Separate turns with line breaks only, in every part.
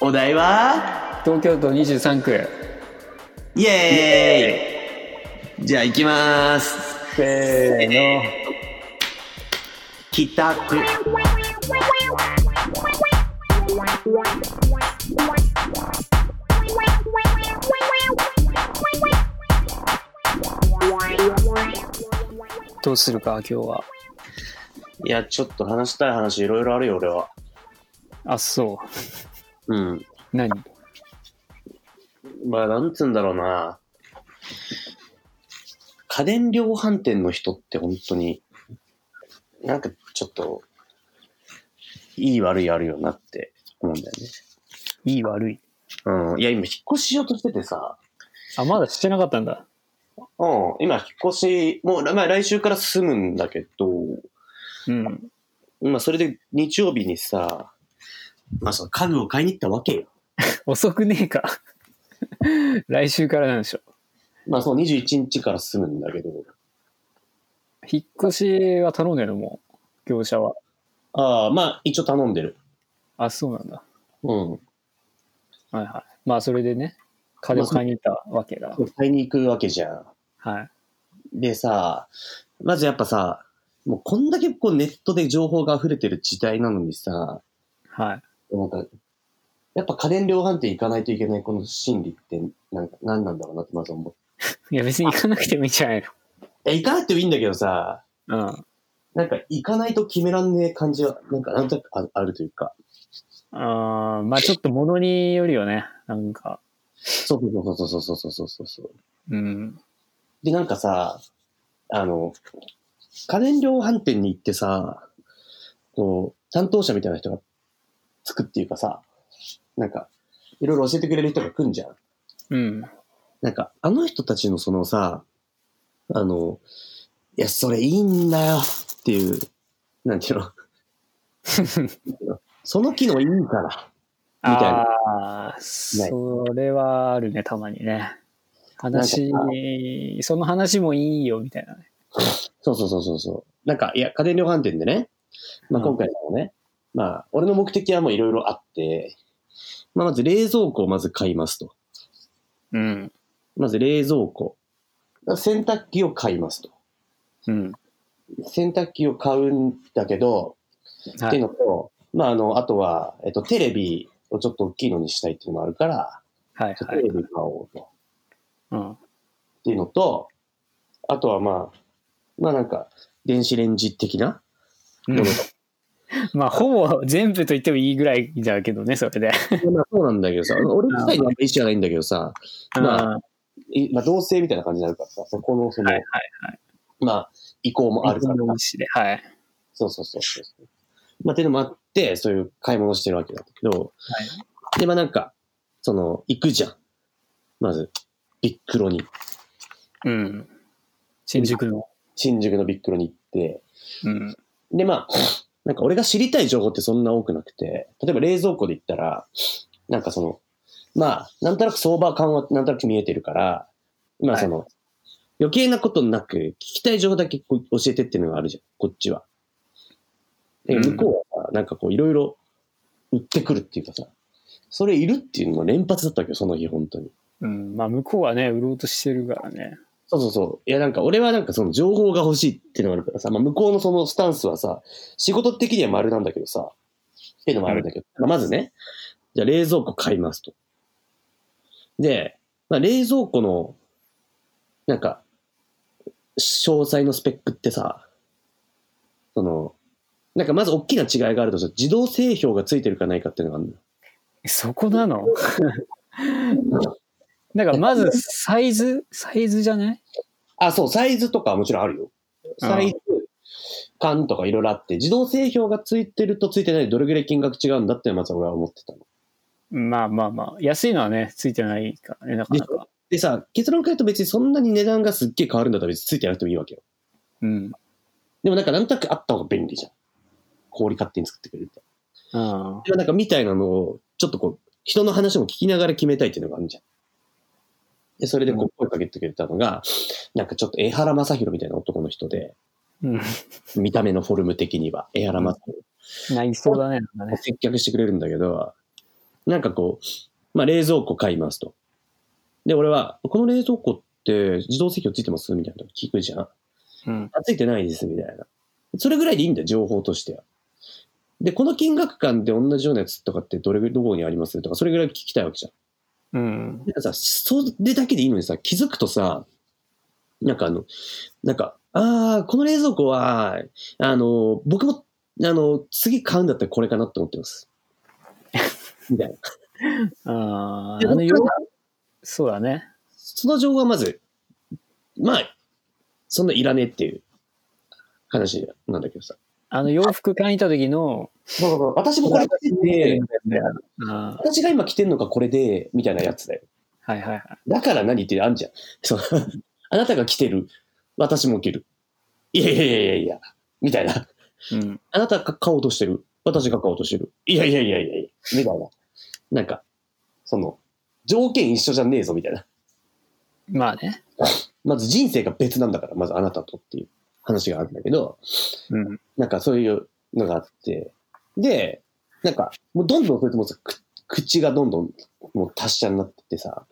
お題は
東京都23区
イエーイじゃあ行きます。
せーの
帰宅。
どうするか今日はい
や、ちょっと話したい話いろいろあるよ、俺は。
あそ
うん。
う何
まあ、なんつうんだろうな。家電量販店の人って本当に、なんかちょっと、いい悪いあるよなって思うんだよね。
いい悪い
うん。いや、今引っ越ししようとしててさ、
あまだしてなかったんだ
うん。今引っ越し、もう、まあ来週から住むんだけど、
うん
今それで日曜日にさ、まあその家具を買いに行ったわけよ。
遅くねえか 来週からなんでしょ
まあそう21日から住むんだけど、
引っ越しは頼んでるのもう業者は
ああ、まあ一応頼んでる。
あそうなんだ
うん。
はいはいまあそれでね家電を買いに行ったわけだ
買いに行くわけじゃん。
はい
でさ、まずやっぱさ、もうこんだけこうネットで情報が溢れてる時代なのにさ、
はい
なんか、やっぱ家電量販店行かないといけないこの心理って、なんか何なんだろうなってまず思う。
いや別に行かなくてもいいんじゃない
え、行かなくてもいいんだけどさ、
のうん
なんか行かないと決めらんねえ感じは、なんかなんとなくああるというか。
あーまあちょっと物によるよねなんか
そうそうそうそうそうそうそうそうそう。
うん
で、なんかさ、あの、家電量販店に行ってさ、こう、担当者みたいな人がつくっていうかさ、なんか、いろいろ教えてくれる人が来んじゃん。
うん
なんか、あの人たちのそのさ、あの、いや、それいいんだよっていう、なんていうのその機能いいから。みたいな
ああ、それはあるね、たまにね。話
なん、
その話もいいよ、みたいなね。
そうそうそうそうそう。なんか、いや、家電量販店でね、まあ、
うん
今回のね、まあ、俺の目的はもういろいろあって、まあ、まず冷蔵庫をまず買いますと。
うん。
まず冷蔵庫。洗濯機を買いますと。
うん。
洗濯機を買うんだけど、っ
は
ていう
い。
のと、まあ、あの、あとは、えっと、テレビをちょっと大きいのにしたいっていうのもあるから、
はい、
テ
は
レ
い。
ビ買おうと。
うん。
っていうのと、あとはまあ、まあなんか、電子レンジ的 な
うんまあ、ほぼ全部と言ってもいいぐらいだけどね、それで。
まあそうなんだけどさ、俺自体の意思じゃないんだけどさ、ま
あ、
いまあ、同性みたいな感じになるからさ、そこのその、
はいはい
まあ、意向もあるから、
ので。はい。
そうそうそうそう。まあ、っていうのもあって、そういう買い物してるわけだけど、で、まあなんか、その、行くじゃん。まず、ビックロに、
うん。新宿の。
新宿のビックロに行って、
うん。
で、まあ、なんか俺が知りたい情報ってそんな多くなくて、例えば冷蔵庫で言ったら、なんかその、まあ、なんとなく相場感はなんとなく見えてるから、まあその、余計なことなく聞きたい情報だけこう教えてっていうのがあるじゃん、こっちは。で
う
向
ん
こうはさなんかこういろいろ売ってくるっていうかさ、それいるっていうの連発だったわけど、その日本当に。
うん。まあ、向こうはね、売ろうとしてるからね。
そうそうそう。いやなんか俺はなんかその情報が欲しいっていうのがあるからさ、まあ向こうのそのスタンスはさ、仕事的には丸なんだけどさ、っていうのもあるんだけど、まあまずね、じゃあ冷蔵庫買いますと。で、まあ冷蔵庫の、なんか、詳細のスペックってさ、その、なんかまず大きな違いがあるとしたら自動製氷がついてるかないかっていうのがあるのよ。
そこなの なんか、まず、サイズサイズじゃない
あ、そう、サイズとかはもちろんあるよ。サイズ、感とかいろいろあって、自動製氷がついてるとついてないでどれぐらい金額違うんだってまず俺は思ってたの。
まあまあまあ、安いのはね、ついてないからね、なかなか。
でさ、結論から言うと別にそんなに値段がすっげえ変わるんだったら別についてなくてもいいわけよ。
うん。
でもなんかなんとなくあった方が便利じゃん。氷勝手に作ってくれると。
あ
でもなんかみたいなのを、ちょっとこう、人の話も聞きながら決めたいっていうのがあるじゃん。で、それでこう声かけてくれたのが、なんかちょっと江原正宏みたいな男の人で、
うん。
見た目のフォルム的には、江原正宏。
なりそうだね、なんかね。
接客してくれるんだけど、なんかこう、まあ冷蔵庫買いますと。で、俺は、この冷蔵庫って自動制御ついてますみたいなこと聞くじゃん。
うん。
あついてないですみたいな。それぐらいでいいんだよ、情報としては。で、この金額感で同じようなやつとかってどれぐどこにありますとか、それぐらい聞きたいわけじゃん。
うん。
なんかさ、それだけでいいのにさ、気づくとさ、なんかあの、なんか、ああ、この冷蔵庫は、あの、僕も、あの、次買うんだったらこれかなって思って ます。みたいな。
あ
で
あ、あの
どっ
よ
か、
そうだね。
その情報はまず、まあ、そんないらねえっていう話なんだけどさ。
あの洋服買いに行った時の、
そうそうそう私もこれ買ってて、
あ
私が今着てんのがこれで、みたいなやつだよ。
あ、はいはいはい。
だから何ってあんじゃん。そう。あなたが着てる。私も着る。いやいやいやいやいや。みたいな。
うん。
あなたが買おうとしてる。私が買おうとしてる。いやいやいやいやいや。みたいな。なんか、その、条件一緒じゃねえぞ、みたいな。
まあね。
まず人生が別なんだから、まずあなたとっていう話があるんだけど、
うん。
なんかそういうのがあって。で、なんか、もうどんどんそれともさ、く口がどんどんもう達者になってってさ、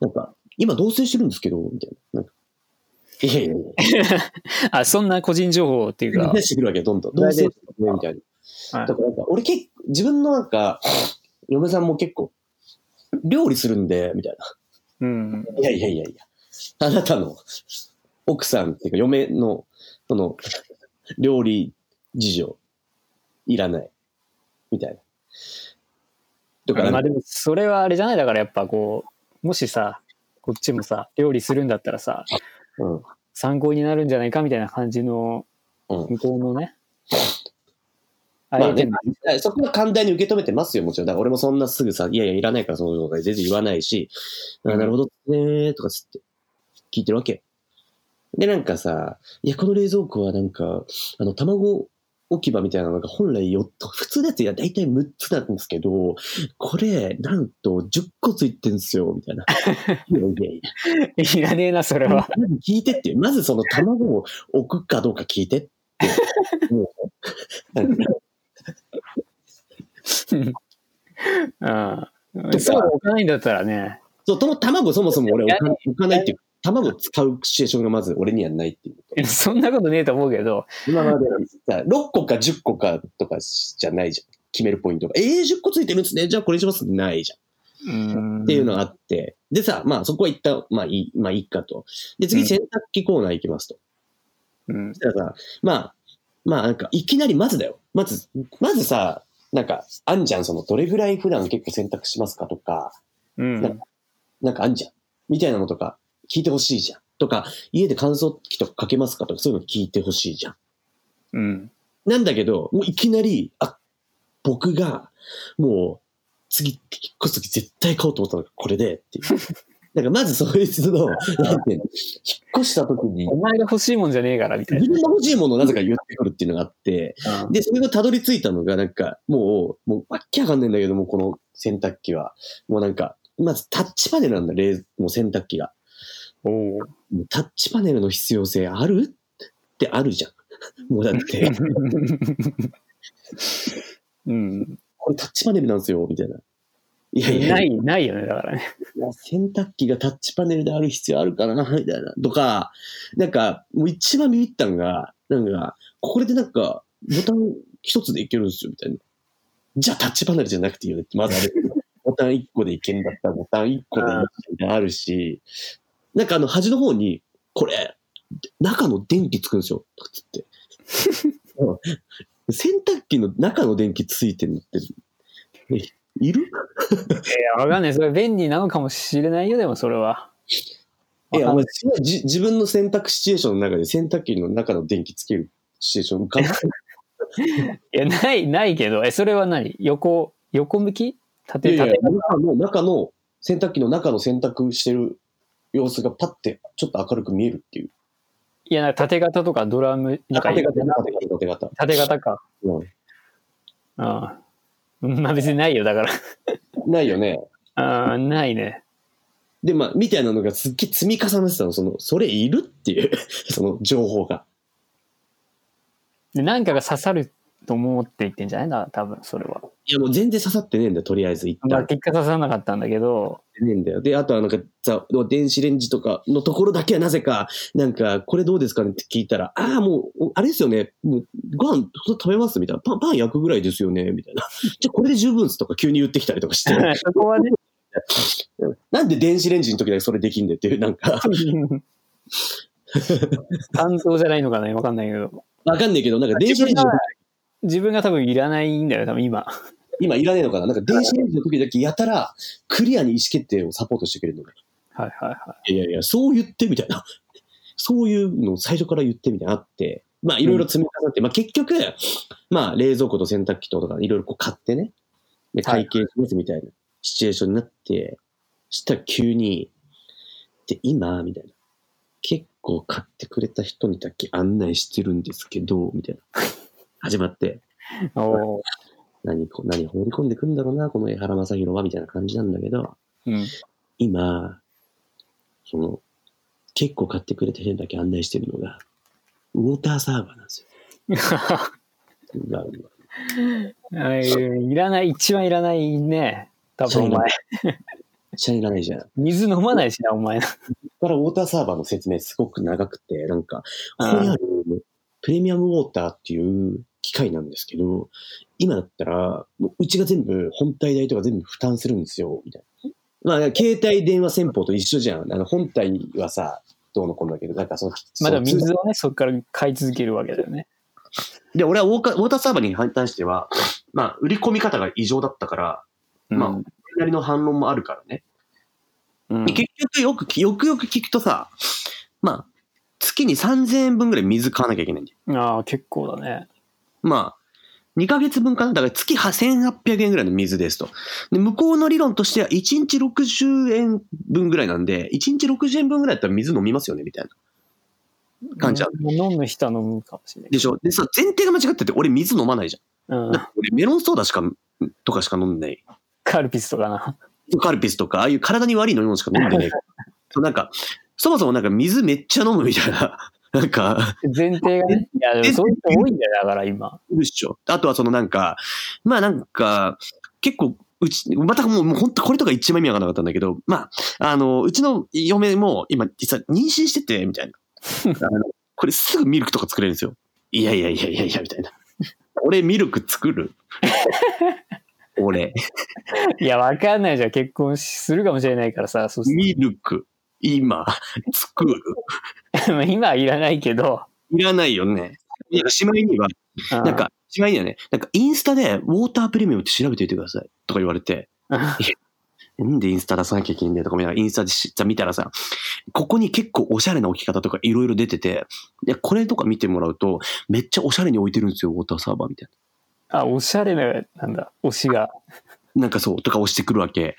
なんか、今同棲してるんですけど、みたいな。なんかいやいやいや。
あ、そんな個人情報っていうか
出、してくるわけよ、どんどん。
プ
どう
ライ
せ
ベー
ね
ト、
みたいな。
は
だ
い
からなんか、俺結構、自分のなんか、嫁さんも結構、料理するんで、みたい
うん。
な。いやいやいやいや。あなたの奥さんっていうか、嫁の、その、料理事情、いらない。みたいな。とか、
まあでも、それはあれじゃないだからやっぱこう、もしさ、こっちもさ、料理するんだったらさ、
うん。
参考になるんじゃないかみたいな感じの、
うん
向こうのね。あ
まあ
れで
ね、そこは寛大に受け止めてますよ、もちろん。だから俺もそんなすぐさ、いやいや、いらないから、その状態全然言わないし、あなるほどねーとかつって、聞いてるわけよ。で、なんかさ、いや、この冷蔵庫はなんか、あの、卵置き場みたいなのが本来よ普通のやつ、いや、だいたい6つなんですけど、これ、なんと10個ついてんすよ、みたいな。いやいやいや
いらねえな、それは。
まず聞いてって、まずその卵を置くかどうか聞いてって。もうなんか
うん。そう置かないんだったらね。
そう、とも卵そもそも俺置か置かないっていう、卵を使うシチュエーションがまず俺にはないっていうこと。
そんなことねえと思うけど、
今までさ、6個か10個かとかじゃないじゃん。決めるポイントが。えー、10個ついてるんですね。じゃあこれにしますないじゃん。
うん
っていうのがあって。でさ、まあそこは一旦、まあいい、まあいいかと。で、
う
次
ん
洗濯機コーナー行きますと。
う
そ
ん
したらさ、まあ、まあなんかいきなりまずだよ。まず、まずさ、なんか、あんじゃん、その、どれぐらい普段結構洗濯しますかとか、
うん。
なんかあんじゃん。みたいなのとか、聞いてほしいじゃん。とか、家で乾燥機とかかけますかとか、そういうの聞いてほしいじゃん。
うん。
なんだけど、もういきなり、あ、僕が、もう、次、引っ越す時絶対買おうと思ったのがこれで、っていう。なんかまずそいつの、なんていうの、引っ越した時に、
お前が欲しいもんじゃねえから、みたい
自分の欲しいものをなぜか言ってくるっていうのがあって、
な。
で、それがたどり着いたのが、なんか、もう、もう、わっけわかんないんだけども、この洗濯機は。もうなんか、まずタッチパネルなんだ、冷、もう洗濯機が。
おおう。
もうタッチパネルの必要性あるってあるじゃん。もうだって、
うん。
これタッチパネルなんですよ、みたいな。いやいや、
ない、ないよね、だからね。
いや洗濯機がタッチパネルである必要あるかな、 みたいな。とか、なんか、もう一番ビビったのが、なんか、これでなんか、ボタン一つでいけるんですよ、みたいな。じゃあタッチパネルじゃなくていいよねって、まだあれ。 ボタン一個でいけんだったら、ボタン一個でいいみたいなのあるし、なんかあの、端の方に、これ、中の電気つくんですよ、とかつって。 うん洗濯機の中の電気ついてるのって、えいる
いや、わかんない。それ便利なのかもしれないよ、でもそれは。
いや、
わ
お
かん
前、じ自分の選択シチュエーションの中で洗濯機の中の電気つけるシチュエーション浮かんで
いや、ない、ないけど、え、それは何横、横向き縦、
いやいや
縦。
中の、中の、洗濯機の中の洗濯してる様子がパッて、ちょっと明るく見えるっていう。
いや、なんか縦型とかドラム、なんか
縦型、縦型、縦型。
縦型か。
う
うん。まあ別にないよ、だから。
んないよね。
あーないね。
で、まあ、みたいなのがすっげえ積み重なってたの、その、それい るっていう、その情報が。
で、なんかが刺さると思って言ってんじゃないな、多分それは。
いやもう全然刺さってねえんだよ、とりあえず。一
まあ、
旦。刺さ
結果刺さなかったんだけど、
ってねえんだよ。で、あとはなんかさ、電子レンジとかのところだけはなぜか、なんか、これどうですかねって聞いたら、ああ、もう、おあれですよね。もう、ご飯食べますみたいな。パン、パン焼くぐらいですよねみたいな。 じゃあこれで十分っすとか急に言ってきたりとか して。
そこはね、
なんで電子レンジの時だけそれできんねんっていう、なんか。
担当じゃないのかなわかんないけど。
わかんないけど、なんか電子レンジの時
自分が多分いらないんだよ、多分今。
今いらねえのかななんか電子レンジの時だけやたら、クリアに意思決定をサポートしてくれるのね。
はいはいはい
やいやいや、そう言ってみたいな。 そういうのを最初から言ってみたいなのあって、まあいろいろ積み重ねて、まあ結局、まあ冷蔵庫と洗濯機とかいろいろこう買ってね、で
はい
会計しますみたいなシチュエーションになって、したら急に、で、今、みたいな。結構買ってくれた人にだけ案内してるんですけど、みたい な。始まって、
い。おー
何こ、何放り込んでくんだろうな、この江原正宏は、みたいな感じなんだけど、
うん。
今、その、結構買ってくれた人だけ案内してるのが、ウォーターサーバーなんですよ。だ
ああいういらない、一番いらないね。多分お
そう
前。
シャイらないじゃん。だ
水飲まないしな、お前。
からウォーターサーバーの説明すごく長くて、なんか、ここにあるプレミアムウォーターっていう機械なんですけど、今だったら、もううちが全部、本体代とか全部負担するんですよ、みたいな。まあ、携帯電話戦法と一緒じゃん。あの、本体はさ、どうのこうのだけど、なんかその、
まあでも
その
水をね、そこから買い続けるわけだよね。
で、俺はウォーカーウォーターサーバーに対しては、まあ、売り込み方が異常だったから、まあ、
うん
なりの反論もあるからね。
うん
で結局よく、よくよく聞くとさ、まあ、月に3000円分ぐらい水買わなきゃいけないんだよ。
ああ、結構だね。
まあ、2ヶ月分かなだから月1800円ぐらいの水ですと。で、向こうの理論としては1日60円分ぐらいなんで、1日60円分ぐらいだったら水飲みますよね、みたいな。感じあ
うん飲む人は飲むかもしれ
でしょでさ、前提が間違ってて、俺水飲まないじ
ない。
ゃ。
うん
だ
ん。
って俺メロンソーダしか、とかしか飲んでない
カルピスとかな。
カルピスとか、ああいう体に悪い飲み物しか飲んでない。そうなんか、そもそもなんか水めっちゃ飲むみたいな。 なんか、
前提 がね。いや、でもそういう人多いんだよ、だから今。
いるっしょ。あとはそのなんか、まあなんか、結構、うち、またもう、もう本当これとか一番意味わかんなかったんだけど、まあ、あの、うちの嫁も今、実は妊娠してて、みたいな。あのこれすぐミルクとか作れるんですよ。いやいやいやいやいや、みたいな。俺ミルク作る俺、
いや、わかんないじゃん。結婚しするかもしれないからさ。そうす
ミルク、今、作る。
まあ今はいらないけど。
いらないよね。なんかしまいには、
うん
なん、か、しまいにはね、なんかインスタでウォータープレミアムって調べておいてくださいとか言われて、なんでインスタ出さなきゃいけないんだよとか見ながら、インスタでし見たらさ、ここに結構おしゃれな置き方とかいろいろ出てて、いや、これとか見てもらうと、めっちゃおしゃれに置いてるんですよ、ウォーターサーバーみたい
あ、おしゃれな、なんだ、推しが。
な。なんかそう、とか押してくるわけ。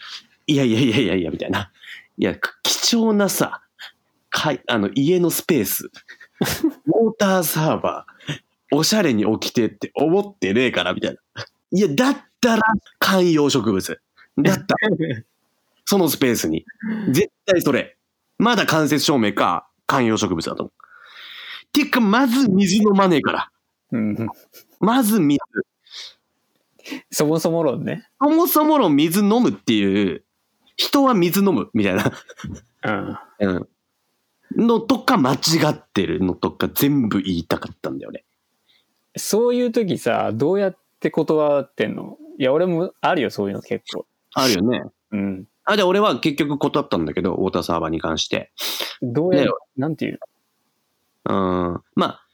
いやいやいやいやいや、みたいな。いや、貴重なさ、かい、あの、家のスペース、ウォーターサーバー、おしゃれに起きてって思ってねえから、みたいな。いや、だったら観葉植物。だったら、そのスペースに。絶対それ。まだ間接照明か、観葉植物だと思う。てか、まず水飲まねえから。
うん
まず水。
そもそも論ね。
そもそもの水飲むっていう、人は水飲む、みたいな。
うん。
うん。のとか間違ってるのとか全部言いたかったんだよね。
そういう時さ、どうやって断ってんのいや、俺もあるよ、そういうの結構。
あるよね。
うん。
あ、で、俺は結局断ったんだけど、ウォーターサーバーに関して。
どうや
ね
なんていう
うん。まあ、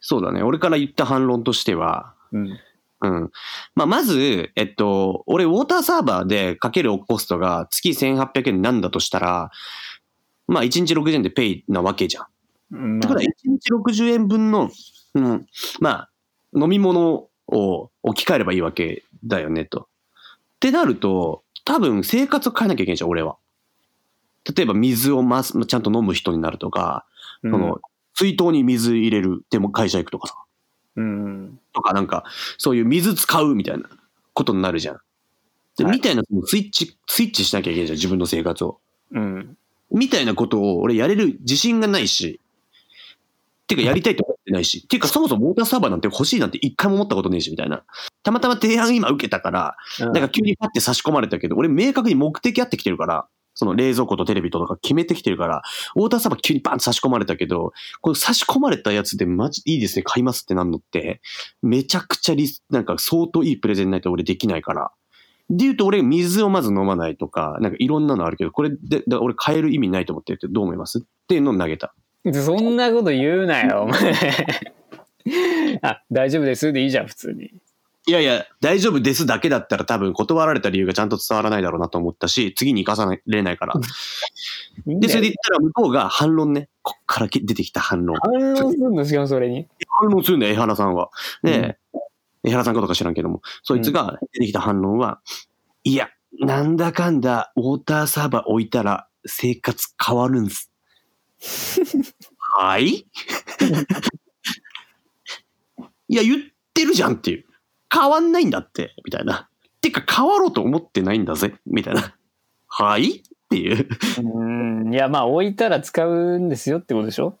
そうだね。俺から言った反論としては、
のうん。
うん。まあ、まず、えっと、俺、ウォーターサーバーでかけるコストが月1800円なんだとしたら、まあ、1日60円でペイなわけじゃん。
うん
だから、1日60円分の、うん、まあ、飲み物を置き換えればいいわけだよね、と。ってなると、多分、生活を変えなきゃいけないじゃん、俺は。例えば、水をま、ちゃんと飲む人になるとか、
うん
その、水筒に水入れる、でも会社行くとかさ。
うん。
とか、なんか、そういう水使うみたいなことになるじゃん。で
はい
みたいな、そのスイッチ、スイッチしなきゃいけないじゃん、自分の生活を。
うん。
みたいなことを俺やれる自信がないし、ていうかやりたいと思ってないし。っていうかそもそもウォーターサーバーなんて欲しいなんて一回も思ったことねえし、みたいな。たまたま提案今受けたから、
うん
なんか急にパッて差し込まれたけど、俺明確に目的あってきてるから、その冷蔵庫とテレビとか決めてきてるから、ウォーターサーバー急にバンと差し込まれたけど、この差し込まれたやつでマジいいですね、買いますってなんのって、めちゃくちゃリス、なんか相当いいプレゼンないと俺できないから。で言うと俺水をまず飲まないとか、なんかいろんなのあるけど、これで、だ俺変える意味ないと思ってるけど、どう思いますっていうのを投げた。
そんなこと言うな よ、お前。あ、大丈夫ですでいいじゃん、普通に。
いやいや、大丈夫ですだけだったら多分断られた理由がちゃんと伝わらないだろうなと思ったし、次に生かされない から。
いいんだ
で、そ
よ
れで言ったら向こうが反論ね。こっから出てきた反論。
反論するの、しかもそれに。
反論するんだよ、江原さんは。ねえ、江原さんかとか知らんけども、そいつが出てきた反論は、いや、なんだかんだ、ウォーターサーバー置いたら生活変わるんす。はいいや、言ってるじゃんっていう。変わんないんだって、みたいな。てか、変わろうと思ってないんだぜ、みたいな。はいっていう。
うん、いや、まあ、置いたら使うんですよってことでしょ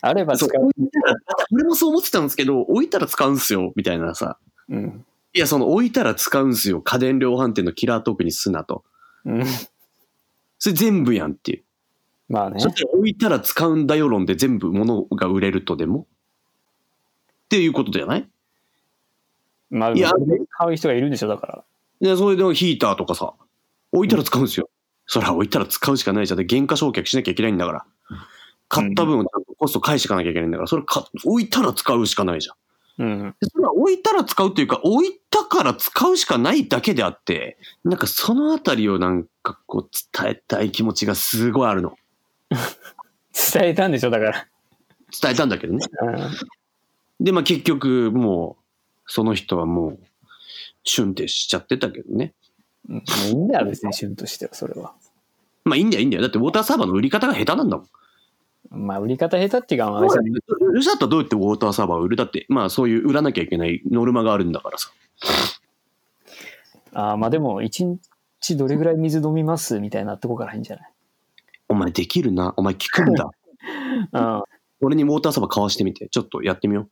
あれば使
そうう。置いたら俺もそう思ってたんですけど、置いたら使うんすよ、みたいなさ。
うん。
いや、その置いたら使うんすよ。家電量販店のキラートークにすなと。
うん。
それ全部やんっていう。
まあね
そ。して置いたら使うんだよ論で全部物が売れるとでもっていうことじゃない
まあ、
いや
買う人がいるんでしょ、だから。
で、それでもヒーターとかさ、置いたら使うんすよ。そりゃ置いたら使うしかないじゃん。で、原価償却しなきゃいけないんだから。買った分をちゃんとコスト返していかなきゃいけないんだから、それか置いたら使うしかないじゃん。
うん。
でそれは置いたら使うというか、置いたから使うしかないだけであって、なんかそのあたりをなんかこう伝えたい気持ちがすごいあるの。
伝えたんでしょ、だから。
伝えたんだけどね。
うん
で、まあ結局もう、その人はもう、シュンってしちゃってたけどね。
もういいんだよ、別に、旬としては、それは。
まあいいんだよいいんだよ。だってウォーターサーバーの売り方が下手なんだもん。
まあ、売り方下手っていうか、まあ、
そうだよね売る人だったらどうやってウォーターサーバーを売るだって、まあそういう売らなきゃいけないノルマがあるんだからさ。
あーまあでも、一日どれぐらい水飲みますみたいなとこからいいんじゃない
お前できるな。お前聞くん だ。
うん。
俺にウォーターサーバー買わしてみて。ちょっとやってみよ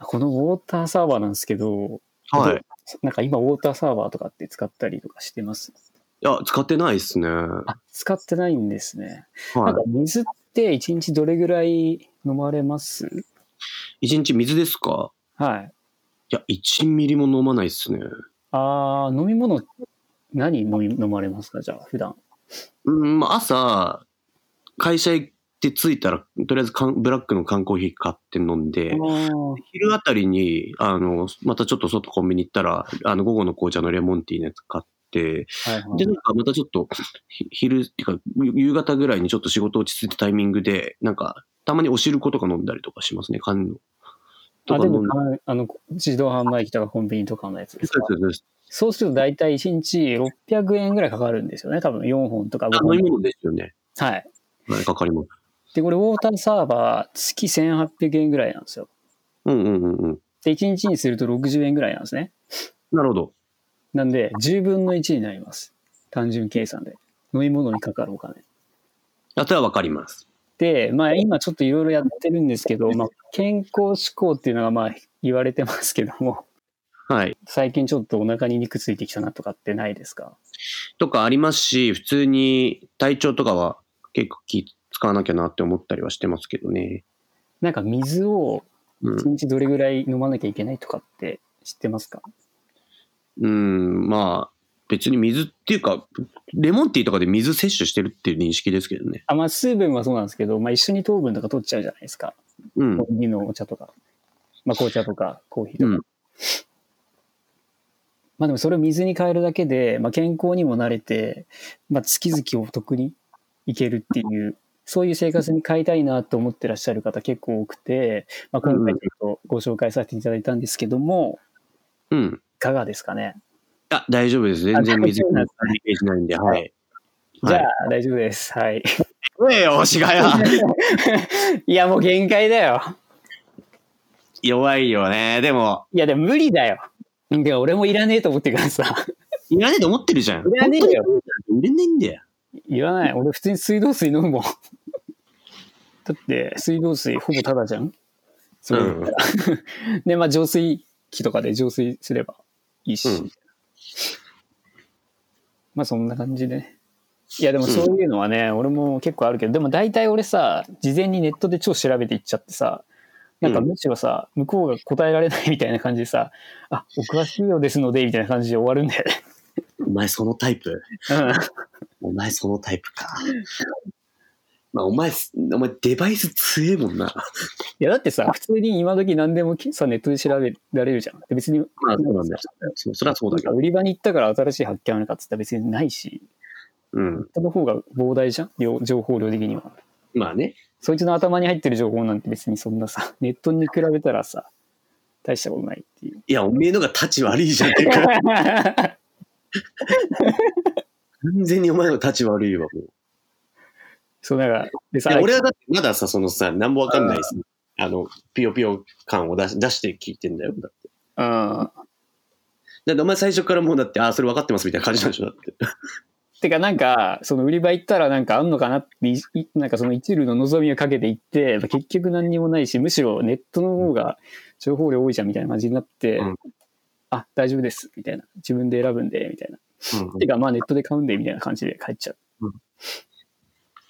このウォーターサーバーなんですけど、
う。はい。い
なんか今ウォーターサーバーとかって使ったりとかしてます
や、使ってないっすね。は
あ、使ってないんですね。なんか
い。
水って一日どれぐらい飲まれます
一日水ですか
はい。
いや、1ミリも飲まないっすね。
あー飲み物、何飲み飲まれますかじゃあ、普段。
うん、まあ朝、会社行って着いたら、とりあえず缶ブラックの缶コーヒー買って飲んで、昼あたりに、あの、またちょっと外コンビニ行ったら、あの、午後の紅茶のレモンティーのやつ買って、
はいはい
で、なんかまたちょっと、ひ昼、っていうか、ゆ夕方ぐらいにちょっと仕事落ち着いたタイミングで、なんか、たまにお汁粉とか飲んだりとかしますね、缶の。と
あ
か
で
飲
も
んだり。
ああの自動販売機とかコンビニとかのやつです
そ
か
うそうそう
そうすると大体1日600円ぐらいかかるんですよね。多分4本とか5
あ飲み
本。
物ですよね。
はい。
はい、かかります。
で、これウォーターサーバー月1800円ぐらいなんですよ。
うんうんうんうん。
で、1日にすると60円ぐらいなんですね。
なるほど。
なんで、10分の1になります。単純計算で。飲み物にかかるお金。
あとはわかります。
で、まあ今ちょっといろいろやってるんですけど、まあ健康志向っていうのがまあ言われてますけども、
はい。
最近ちょっとお腹に肉ついてきたなとかってないですか
とかありますし、普通に体調とかは結構気使わなきゃなって思ったりはしてますけどね。
なんか水を
う
1
ん。
日どれぐらい飲まなきゃいけないとかって知ってますか
うん、まあ、別に水っていうか、レモンティーとかで水摂取してるっていう認識ですけどね。
あまあ水分はそうなんですけど、まあ、一緒に糖分とか取っちゃうじゃないですか。
うん
コ。ンビニのお茶とか、まあ、紅茶とかコーヒーとか。
うん
まあでもそれを水に変えるだけで、まあ、健康にも慣れて、まあ、月々お得にいけるっていう、そういう生活に変えたいなと思ってらっしゃる方結構多くて、まあ、今回ちょっとご紹介させていただいたんですけども、
うん。
いかがですかね。
あ、大丈夫です。全然水
あ大丈夫なん
関
です
係しないんで、はい。
じゃ
あ、
あ大丈夫です。はい。
うえよ、しがや。
いやもう限界だよ。
弱いよね。でも、
いやでも無理だよ。でも俺もいらねえと思ってからさ。
いらねえと思ってるじゃん。
いらねえよ
本当にいらねえんだよ。
いらない。俺普通に水道水飲むもん。だって水道水ほぼタダじゃんそうれ
ん。
で、まあ浄水器とかで浄水すればいいし。
うん
まあそんな感じでね。いやでもそういうのはね、俺も結構あるけど、でも大体俺さ、事前にネットで超調べていっちゃってさ、なんかむしろさ、向こうが答えられないみたいな感じでさ、あ、お詳しいようですので、みたいな感じで終わるんだよね。
お前そのタイプ
うん
お前そのタイプか。まあ、お前、お前デバイス強えもんな。
いやだってさ、普通に今時何でもさ、ネットで調べられるじゃん。で別に、
まあ、そうなんだよ。そそれはそうだけど。
売り場に行ったから新しい発見あるかっつったら別にないし、
うん。
その方が膨大じゃん量情報量的には。
まあね。
そいつの頭に入ってる情報なんて別にそんなさ、 ネットに比べたらさ、大したことないっ ていう。
いや、おめえのが立ち悪い じゃんっていうか完全にお前の立ち悪いわ、もう。
そう、だから、で
い
さ
や、俺はだってまださ、そのさ、なんもわかんないさあの、ピヨピヨ感を出し出して聞いてんだよ。だって。
うん。
だってお前最初からもうだって、ああ、それ分かってますみたいな感じなんでしょ、だって。
てかなんか、その売り場行ったらなんかあんのかなってい、いなんかその一縷の望みをかけて行って、結局何にもないし、むしろネットの方が情報量多いじゃんみたいな感じになって、
うん
あ、大丈夫です、みたいな。自分で選ぶんで、みたいな。てかまあネットで買うんで、みたいな感じで帰っちゃう。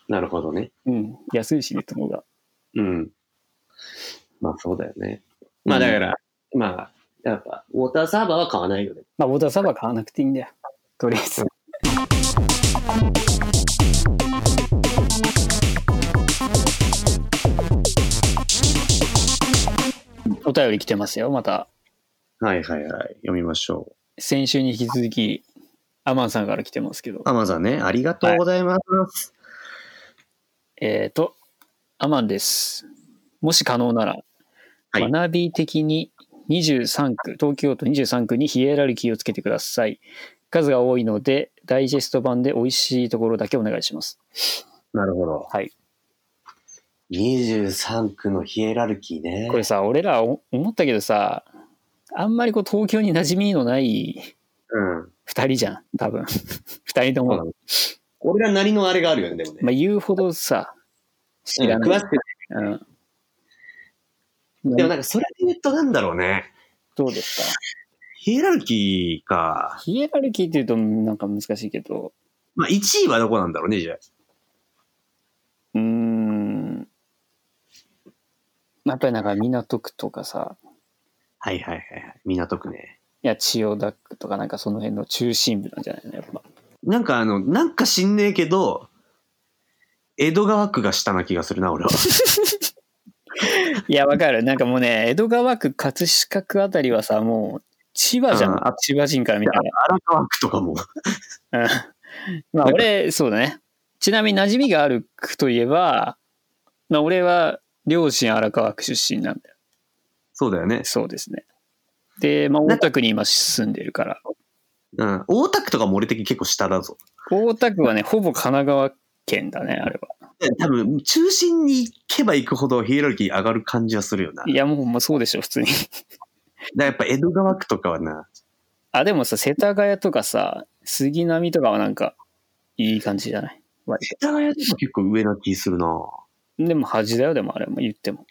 なるほどね。
うん。安いし、ネットの方が。
うん。まあ、そうだよね。まあ、だから、まあ、やっぱ、ウォーターサーバーは買わないよね。
まあ、ウォーターサーバー買わなくていいんだよ。とりあえず。お便り来てますよ、また。
はいはいはい。読みましょう。
先週に引き続き、アマンさんから来てますけど。
アマゾンね、ありがとうございます。
えっ、と、アマンです。もし可能なら、
はい
学び的に23区、東京都23区にヒエラルキーをつけてください。数が多いので、ダイジェスト版で美味しいところだけお願いします。
なるほど。
はい。
23区のヒエラルキーね。
これさ、俺らお思ったけどさ、あんまりこう東京に馴染みのない
うん。
2人じゃん、多分。2人と
そう
も。
なの。俺らなりのあれがあるよね、でもね。
まあ言うほどさ、知
うん
らない。
詳しく
うん。
でもなんかそれで言うとなんだろうね。
どうですか
ヒエラルキーか。
ヒエラルキーっていうとなんか難しいけど、
まあ1位はどこなんだろうね、じゃあ。
うーん。やっぱりなんか港区とかさ、
はいはいはいはい。港区ね。
いや、千代田区とかなんかその辺の中心部なんじゃないのやっぱ。
なんかあの、なんか知んねえけど、江戸川区が下な気がするな、 俺は。
いや、わかる。なんかもうね、江戸川区、葛飾区あたりはさ、もう、千葉じゃ
うんんあ。
千葉人から見た
荒川区とかも。
ら。うん。まあ、俺、そうだね。ちなみに馴染みがある区といえば、まあ、俺は、両親荒川区出身なんだよ。
そうだよね。
そうですね。で、まあ、大田区に今住んでるから。
うん。大田区とかも俺的に結構下だぞ。
大田区はね、ほぼ神奈川県だね、あれは。
多分、中心に行けば行くほどヒエラルキー上がる感じはするよな。だか
いや、もう、まあ、そうでしょ、普通に。
らやっぱ江戸川区とかはな、
あ、でもさ、世田谷とかさ、杉並とかはなんか、いい感じじゃない
世田谷でも結構上な気するな。
でも端だよ、でもあれも言っても。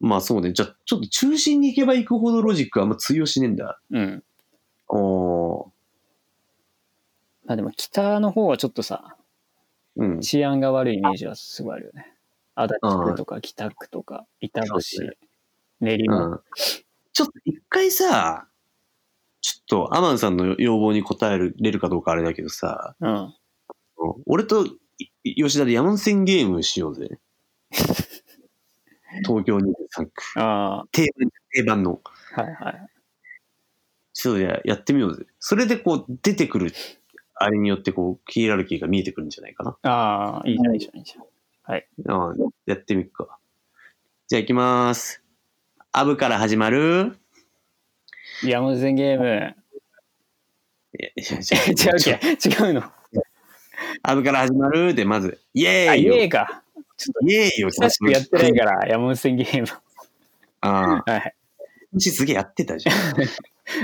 まあそうね。じゃあ、ちょっと中心に行けば行くほどロジックはあんま通用しねえんだ。
うん。
おー。
まあでも北の方はちょっとさ、
うん。
治安が悪いイメージはすごいあるよね。足立区とか北区とか、板橋
そうですね、
練馬。
うんちょっと一回さ、ちょっとアマンさんの要望に応えれるかどうかあれだけどさ、
うん。
俺と吉田で山手線ゲームしようぜ。東京23区。
あ
定番、定番の。
あ、はいはい。
ちょっとややってみようぜ。それでこう出てくる、あれによってこう、ヒエラルキーが見えてくるんじゃないかな。
ああ、いいじゃん、いいじゃん、いいじゃん。
うん、やってみっか。じゃあ行きます。アブから始まる
山手線ゲーム。
いやいや
違う
違う違う。
けど違うの。
アブから始まるで、まず、イエ
あ、
ーイよ
家か。
イエーイよ
久しくやってないから、山手線ゲーム。
ああ。
はい。
うちすげえやってたじゃん。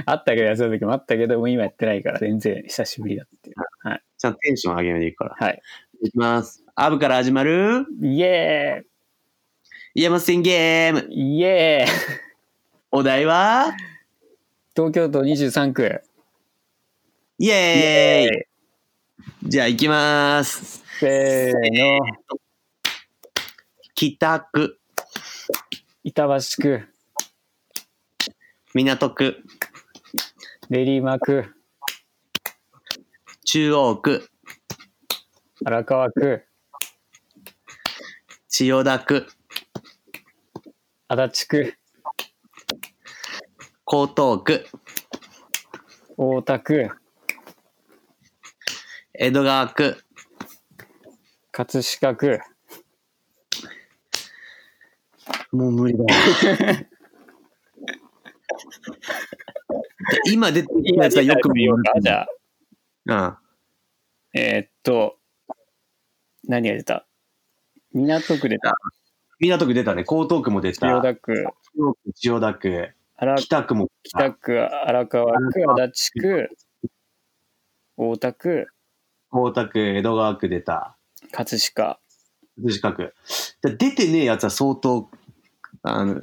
あったけど、休んだ時もあったけど、もう今やってないから、全然久しぶりだっていう。
ちゃんとテンション上げめでいくから。
はい。
いきます。アブから始まる
イエーイ
山線ゲーム、
イエーイ
お題は、
東京都23区。
イエーイじゃあ行きます。
せーの。
北区、
板橋区、
港区、
練馬区、
中央区、
荒川区、
千代田区、
足立区、
江東区、
大田区、
江戸川区、
葛飾区、
もう無理だ。 今出てきたやつはよく見よう
じゃあ、
か。
えーっと、何が出た港区出た。
港区出たね。江東区も出た。
千代田区、
中央区、千代田区、
荒
北区も出た。
北区、荒川区、足立区、大田区、
大田区、江戸川区出た。
葛飾。
葛飾区。だ出てねえやつは相当、あの、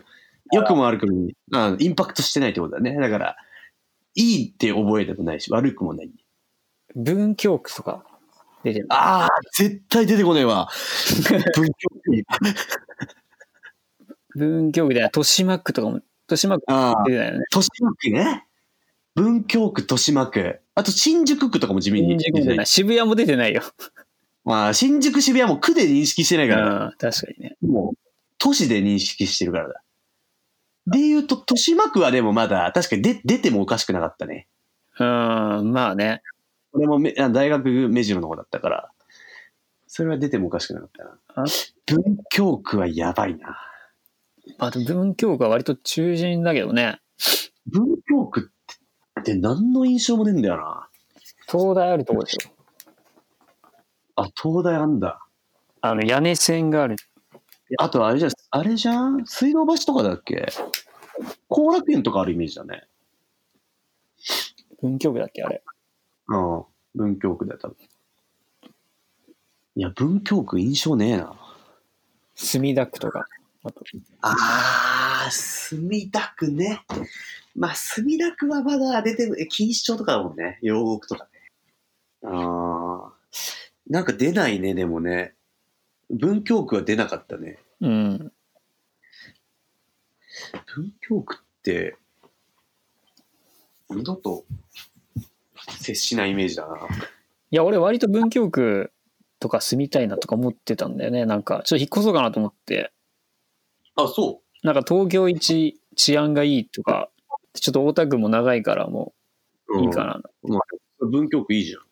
よくも悪くも、あのインパクトしてないってことだね。だから、いいって覚えてもないし、悪くもない。
文京区とか出てる。
ああ、絶対出てこねえ わ。文京区。
文京区では豊島区とかも、豊島区
ああ、
出てないよね。
豊島区ね。文京区、豊島区。あと、新宿区とかも地味に出
新
て
宿も出て
な
ないい。。渋谷も出てないよ。
まあ、新宿、渋谷も区で認識してない
うん、
から、
確かにね。
もう、都市で認識してるからだ。で言うと、豊島区はでもまだ、確かに出出てもおかしくなかったね。
うん、まあね。
これもめあ大学目白の方だったから、それは出てもおかしくなかった
あ
な。文京区はやばいな。
まあ、でも文京区は割と中心だけどね。
文京区って何の印象もねえんだよな。
東大あるとこでしょ。
あ、東大あんだ。
あの、屋根線がある。
あとあれじゃん、あれじゃん水道橋とかだっけ後楽園とかあるイメージだね。
文京区だっけあれ。
うん。文京区だよ、多分。いや、文京区印象ねえな。
墨田区とか。あと
あー、墨田区ね。まあ、墨田区はまだ出て、え錦糸町とかだもんね。洋国とかね。あー。なんか出ないね、でもね。文京区は出なかったね。
うん。
文京区って、二度と接しないイメージだな。
いや、俺割と文京区とか住みたいなとか思ってたんだよね。なんか、ちょっと引っ越そうかなと思って。
あ、そ
なんか東京一治安がいいとか、ちょっと大田区も長いからも
う
ういいかな。
文京区いいじゃん。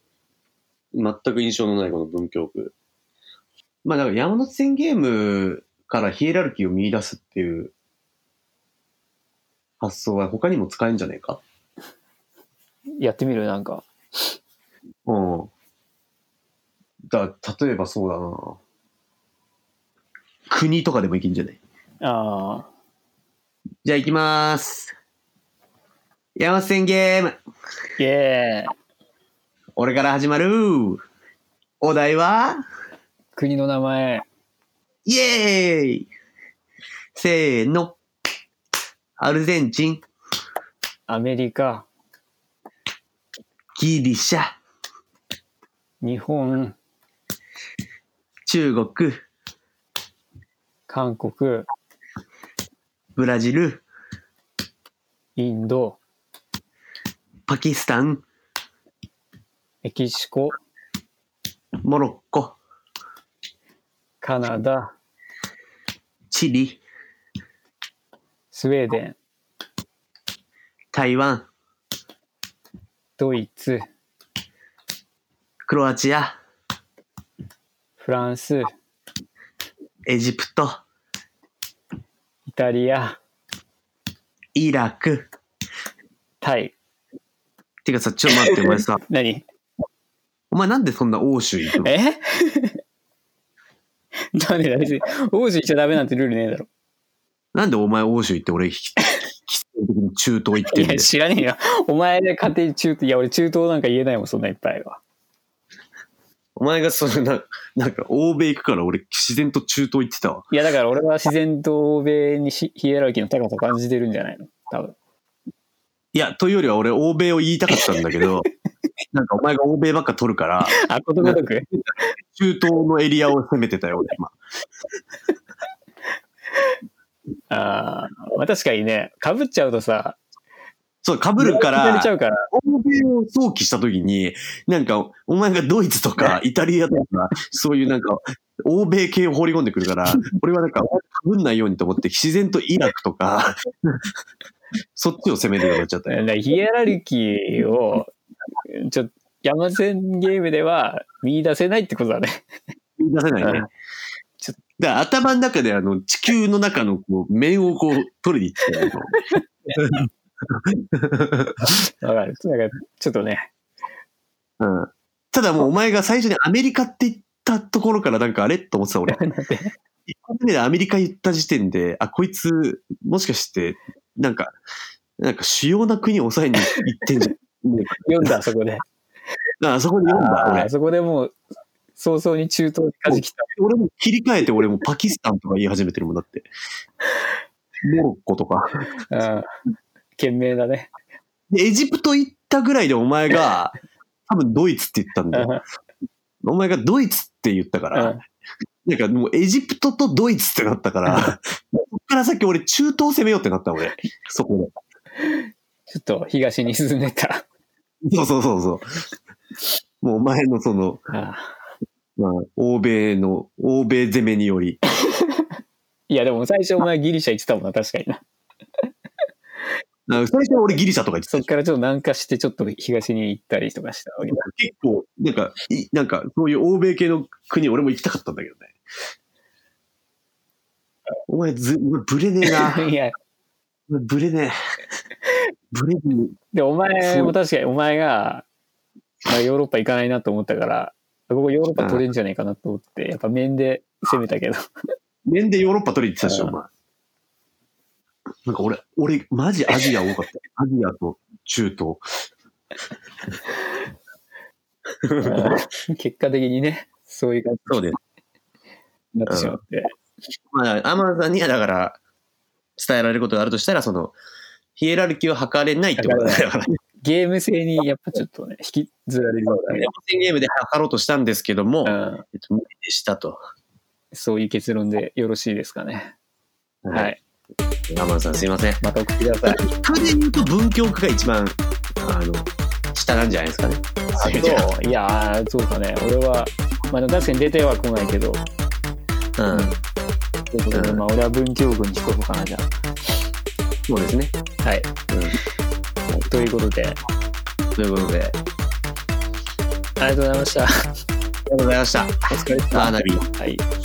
全く印象のないこの文京区。まあだから山手線ゲームからヒエラルキーを見出すっていう発想は他にも使えるんじゃねえか
やってみるなんか。
うん。だ、例えばそうだな国とかでもいけんじゃない
ああ。
じゃあ行きまーす。山手線ゲーム、
イエーイ
俺から始まる。お題は
国の名前。
イエーイせーの。アルゼンチン、
アメリカ。
ギリシャ、
日本。
中国、
韓国。
ブラジル、
インド。
パキスタン、
メキシコ。
モロッコ、
カナダ。
チリ、
スウェーデン。
台湾、
ドイツ。
クロアチア、
フランス。
エジプト、
イタリア。
イラク。
タイ。
てかさ、ちょ、待って、お前 さ、
何
お前なんでそんな欧州行くの
え ダメだ、別に。王子行っちゃダメなんてルールねえだろ。
なんでお前欧州行って俺、必然的に中東行って
い
んだ
や、
よ。
知らねえよ。お前で勝手に中東、いや、俺中東なんか言えないもん、そんないっぱいは。
お前がそれな、なんか欧米行くから俺自然と中東行ってたわ。
いや、だから俺は自然と欧米にヒヒエラルキーの高さを感じてるんじゃないの多分。
いや、というよりは俺欧米を言いたかったんだけど、 なんかお前が欧米ばっか取るから、
あ、ことごとく。
中東のエリアを攻めてたよ、俺今。
あーまあ、確かにね、被っちゃうとさ、
そう、被るから
被っ、ちゃうから。
欧米を想起したときに、なんか、お前がドイツとかイタリアとか、そういうなんか、欧米系を放り込んでくるから、俺はなんか、被んないようにと思って、自然とイラクとか、 そっちを攻めるようになっちゃった
だ
よ。
からヒエラルキーを、ちょっと、山線ゲームでは見出せないってことだね。
言い出せない
うん
ね。ちょだから頭の中であの、地球の中のこう、面をこう、取りに行ってたよ。
わかる。なんか、ちょっとね、
うんただもうお前が最初にアメリカって言ったところからなんかあれと思ってた 俺。一個目でアメリカ言った時点で、あ、こいつ、もしかして、なんか、なんか主要な国を抑えに行ってんじゃん。
読んだ、そこで。
ああそこに読んだ、
あー
俺。
そこでもう、早々に中東に舵切った。
俺も切り替えて俺もパキスタンとか言い始めてるもんだって。モロッコとか。
うん。懸命だね。
で、エジプト行ったぐらいでお前が、 多分ドイツって言ったん
う
だよ。
ん
お前がドイツって言ったから、
うん
なんかもうエジプトとドイツってなったから、そっから先俺中東攻めようってなった俺。そこ
ちょっと東に進んでった。
で。そうそうそうそう。もうお前のその、
あー
まあ、欧米の、欧米攻めにより。
いや、でも最初お前ギリシャ行ってたもんな、確かにな。
なんか最初は俺ギリシャとか言ってた
そっからちょっと南下して、ちょっと東に行ったりとかしたわけだ。
結構、なんか、いなんかそういう欧米系の国俺も行きたかったんだけどね。お前ず、ぶれねえな。
いや、
ぶれねえ。ぶれねえ。
で、お前も確かに、お前が、まあ、ヨーロッパ行かないなと思ったから、ここヨーロッパ取れんじゃないかなと思って、やっぱ面で攻めたけど。
面でヨーロッパ取りに行ってたでしょ、
う
お
ん
前。なんか俺、俺、マジアジア多かった。 アジアと中東。
うん 結果的にね、そういう感じ
そうです。
になってしまって。
まあ、アマンさんにはだから、伝えられることがあるとしたら、その、ヒエラルキーを測れないってことだから。
ゲーム性にやっぱちょっとね、引きずられるようだね。
ゲームで測ろうとしたんですけど も、
うん、
えっと無理でしたと。
そういう結論でよろしいですかね。は。い。
アマンさんすいません。
また送ってください。
それで言うと文京区が一番、あの、下なんじゃないですかね。
あと、いやー、そうかね。俺は、まあ、でも確かに出ては来ないけ
う
ど、
ん。
ということで、
うん
まあ、俺は文京区に引こうかな、じゃ
そうですね。
あ。はい。
う
ということで、あり
ん。ということで、あり
がとうございました。
がとうございました。
お疲れ様。
カーナビ。
はい。